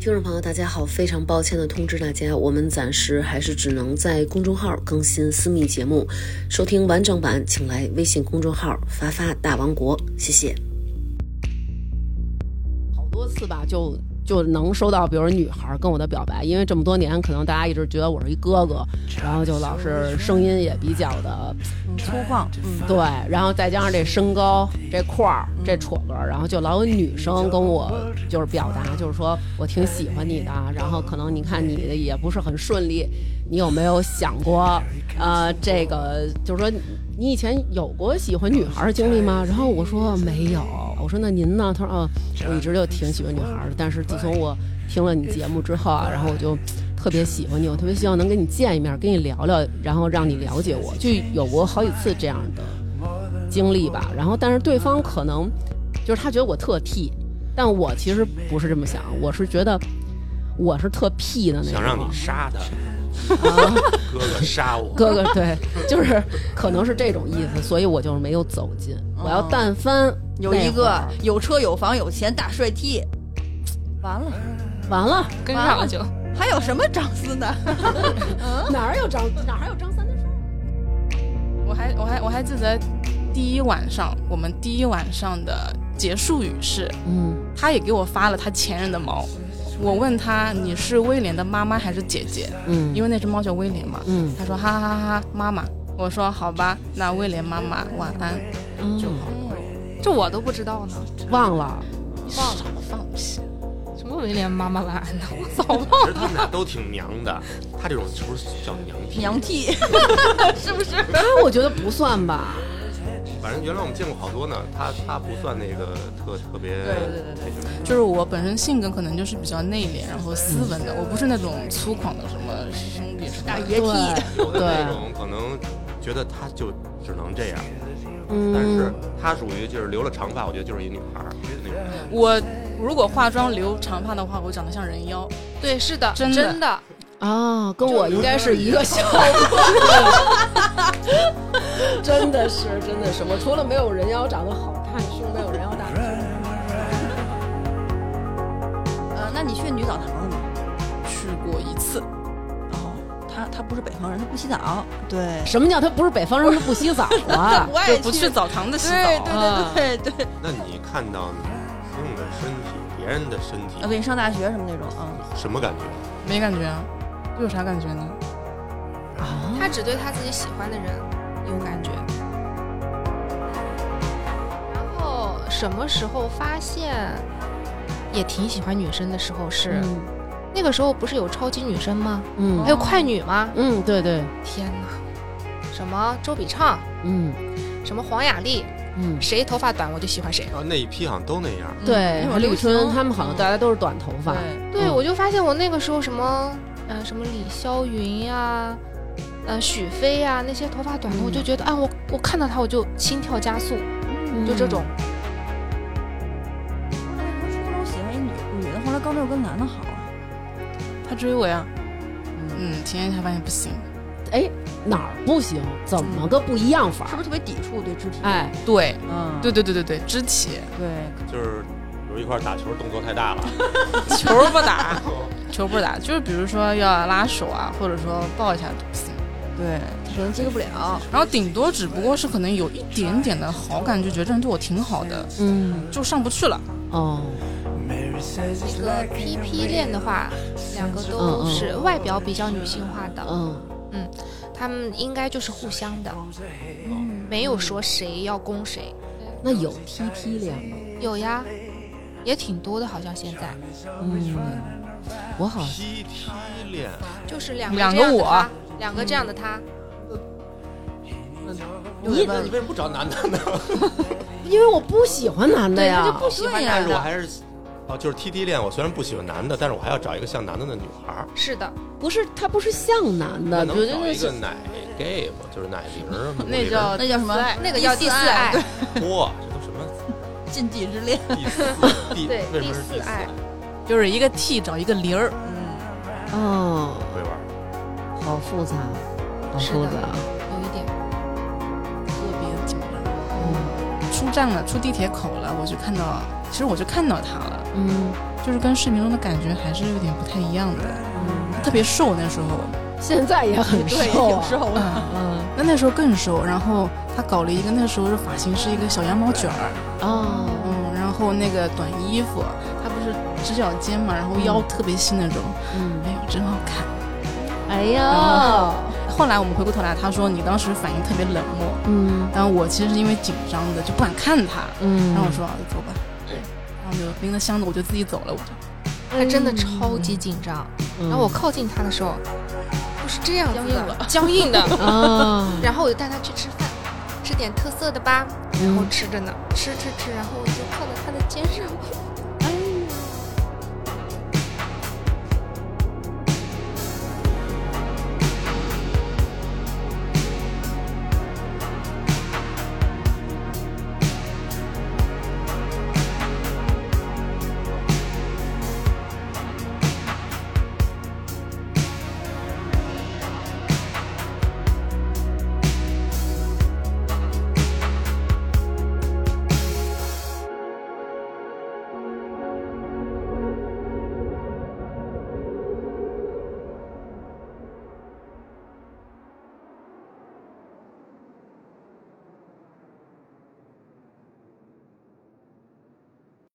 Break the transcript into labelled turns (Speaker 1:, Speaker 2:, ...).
Speaker 1: 听众朋友，大家好！非常抱歉的通知大家，我们暂时还是只能在公众号更新私密节目，收听完整版请来微信公众号“发发大王国”，谢谢。
Speaker 2: 好多次吧，就就能收到，比如女孩跟我的表白，因为这么多年，可能大家一直觉得我是一哥哥，然后就老是声音也比较的
Speaker 3: 粗犷，嗯，
Speaker 2: 对，然后再加上这身高、这块儿、这戳个儿，然后就老有女生跟我就是表达，就是说我挺喜欢你的，然后可能你看你的也不是很顺利，你有没有想过，呃，这个就是说你以前有过喜欢女孩的经历吗？然后我说没有，我说那您呢？他说哦，我一直就挺喜欢女孩的，但是自从我听了你节目之后啊，然后我就。特别喜欢你，我特别希望能跟你见一面，跟你聊聊，然后让你了解我，就有过好几次这样的经历吧。然后，但是对方可能就是他觉得我特 T，但我其实不是这么想，我是觉得我是特屁的那种。
Speaker 4: 想让你杀他，
Speaker 2: 啊
Speaker 4: 哥哥杀我，
Speaker 2: 哥哥，对，就是可能是这种意思，所以我就是没有走近。我要但凡
Speaker 3: 有一
Speaker 2: 那会
Speaker 3: 个
Speaker 2: 儿
Speaker 3: 有车有房有钱大帅 T，完了，
Speaker 2: 完了，
Speaker 5: 跟上了就。
Speaker 3: 还有什么张思 楠？
Speaker 2: 哪儿有张哪儿有张三的事儿？
Speaker 5: 我还我还我还记得第一晚上，我们第一晚上的结束语是，
Speaker 2: 嗯，
Speaker 5: 他也给我发了他前任的猫。我问他你是威廉的妈妈还是姐姐？
Speaker 2: 嗯
Speaker 5: 因为那只猫叫威廉嘛。
Speaker 2: 嗯
Speaker 5: 他说哈哈哈哈妈妈。我说好吧，那威廉妈妈晚安。
Speaker 2: 嗯，
Speaker 6: 这我都不知道呢，
Speaker 2: 忘了，
Speaker 5: 忘了放屁。
Speaker 6: 什么威廉妈妈晚安呢？ 我早忘
Speaker 4: 其实他们俩都挺娘的，他这种是不是叫娘替？
Speaker 3: 娘 T，
Speaker 2: 啊，我觉得不算吧。
Speaker 4: 反正原来我们见过好多呢，他他不算那个特特别，
Speaker 5: 就是我本身性格可能就是比较内敛，然后斯文的，我不是那种粗犷的什么兄弟什么的
Speaker 3: 大爷 T，
Speaker 4: 有的
Speaker 2: 对
Speaker 4: 那种可能觉得他就只能这样，
Speaker 2: 嗯，
Speaker 4: 但是他属于就是留了长发，我觉得就是一女孩儿那种。
Speaker 5: 我如果化妆留长发的话，我长得像人妖。
Speaker 6: 对，是的，
Speaker 5: 真
Speaker 6: 真
Speaker 5: 的
Speaker 6: 的，
Speaker 2: 啊，跟我应该是一个效果。 真的是，真的是，我除了没有人妖长得好看，是没有人妖大。
Speaker 3: 呃，那你去女澡堂了吗？
Speaker 5: 去过一次，
Speaker 3: 哦，他他不是北方人，他不洗澡，对，
Speaker 2: 什么叫他不是北方人，他不洗澡 啊？
Speaker 3: 我
Speaker 5: 就
Speaker 3: 也
Speaker 5: 不去澡堂子洗澡。
Speaker 3: 对对对对对，
Speaker 4: 那你看到你朋友的身体，别人的身
Speaker 3: 啊，
Speaker 4: 体，
Speaker 3: 对你上大学什么那种啊，
Speaker 4: 什么感觉？
Speaker 5: 没感觉啊，有啥感觉呢？
Speaker 2: 啊，
Speaker 6: 他只对他自己喜欢的人有感觉。然后什么时候发现也挺喜欢女生的时候是，那个时候不是有超级女生吗？
Speaker 2: 嗯
Speaker 6: 还有快女吗？
Speaker 2: 嗯，对对，
Speaker 6: 天哪，什么周笔畅，
Speaker 2: 嗯
Speaker 6: 什么黄雅莉，
Speaker 2: 嗯，
Speaker 6: 谁头发短我就喜欢谁。
Speaker 4: 然后啊那一批好像都那样，
Speaker 2: 对，
Speaker 5: 嗯
Speaker 2: 还李春他们好像
Speaker 5: 嗯
Speaker 2: 大家都是短头发。
Speaker 5: 对
Speaker 6: 对，
Speaker 2: 嗯
Speaker 6: 我就发现我那个时候什么，呃，什么李霄云呀、呃，许飞呀、那些头发短的，我就觉得啊，我我看到他我就心跳加速，
Speaker 2: 嗯
Speaker 6: 就这种。
Speaker 3: 我初中喜欢一女女的，后来高中又跟男的好啊，
Speaker 5: 他追我呀，嗯，体验一下发现不行，
Speaker 2: 哎，哪儿不行？怎么个不一样法
Speaker 3: 是
Speaker 2: 儿？
Speaker 3: 不是特别抵触对肢体？，
Speaker 2: 哎，
Speaker 5: 对，
Speaker 3: 嗯，
Speaker 5: 对对对对对，肢体
Speaker 3: 对，
Speaker 4: 就是有一块儿打球动作太大了，
Speaker 5: 球不打， 球不打，就是比如说要拉手啊，或者说抱一下都不行，
Speaker 3: 对，可能接受不了。
Speaker 5: 然后顶多只不过是可能有一点点的好感，就觉得这人对我挺好的，
Speaker 2: 嗯，
Speaker 5: 就上不去了。
Speaker 2: 哦，
Speaker 6: 那个 PP 恋的话，两个
Speaker 2: 嗯
Speaker 6: 都
Speaker 2: 嗯
Speaker 6: 是外表比较女性化的，
Speaker 2: 嗯，
Speaker 6: 他们应该就是互相的，没有说谁要攻谁。
Speaker 2: 那有 TT 恋吗？
Speaker 6: 有呀，也挺多的，好像现在
Speaker 2: 嗯，我好像
Speaker 4: 踢踢恋，
Speaker 6: 就是两个
Speaker 5: 两
Speaker 6: 这
Speaker 5: 个
Speaker 6: 样的
Speaker 5: 我
Speaker 6: 他，两个这样的他，
Speaker 4: 你那你为什么不找男的呢？
Speaker 2: 因为我不喜欢男的
Speaker 6: 对他
Speaker 2: 呀，
Speaker 6: 就不喜欢
Speaker 3: 对呀
Speaker 4: 但是
Speaker 6: 男
Speaker 4: 我
Speaker 6: 的。
Speaker 4: 还是，哦，就是 T T 恋。我虽然不喜欢男的，但是我还要找一个像男的的女孩儿。
Speaker 6: 是的，
Speaker 2: 不是他不是像男
Speaker 4: 那
Speaker 2: 的，
Speaker 4: 能
Speaker 2: 觉
Speaker 4: 找
Speaker 2: 得
Speaker 4: 一个
Speaker 2: 是
Speaker 4: 奶 gay 吗？就是奶瓶儿吗？
Speaker 5: 那叫
Speaker 3: 那叫什么？
Speaker 6: 那个叫第四爱，
Speaker 4: 哇，这都什么
Speaker 3: 禁忌之恋。
Speaker 4: 第四第啊
Speaker 6: 对
Speaker 4: 为什
Speaker 6: 第
Speaker 4: 么是
Speaker 6: 四爱，
Speaker 5: 就是一个 T 找一个零儿，
Speaker 3: 嗯，
Speaker 2: 哦，
Speaker 4: 不会玩儿。
Speaker 2: 好复杂，好
Speaker 6: 是
Speaker 2: 复
Speaker 6: 的
Speaker 2: 杂。
Speaker 6: 有一点。
Speaker 5: 特别紧嗯张。出站了，出地铁口了，我就看到，其实我就看到他了。
Speaker 2: 嗯
Speaker 5: 就是跟视频中的感觉还是有点不太一样的。特别瘦那时候，
Speaker 2: 现在也很瘦啊，
Speaker 3: 瘦了。
Speaker 5: 嗯，
Speaker 2: 嗯
Speaker 5: 那那时候更瘦。然后她搞了一个那时候的发型是一个小羊毛卷儿，
Speaker 2: 哦，
Speaker 5: 嗯，然后那个短衣服，她不是直角肩嘛，然后腰特别细那种，
Speaker 2: 嗯，
Speaker 5: 哎呦真好看。
Speaker 2: 哎呀，
Speaker 5: 后来我们回过头来，她说你当时反应特别冷漠，
Speaker 2: 嗯
Speaker 5: 但我其实是因为紧张的就不敢看她，
Speaker 2: 嗯，
Speaker 5: 然后我说啊走吧，然后就拎着箱子我就自己走了，我就
Speaker 6: 他真的超级紧张。
Speaker 2: 嗯，
Speaker 6: 然后我靠近他的时候，我是这样子的，僵硬 的。
Speaker 2: 啊，
Speaker 6: 然后我就带他去吃饭，吃点特色的吧。然后吃着呢，吃吃吃，然后我就靠在他的肩上，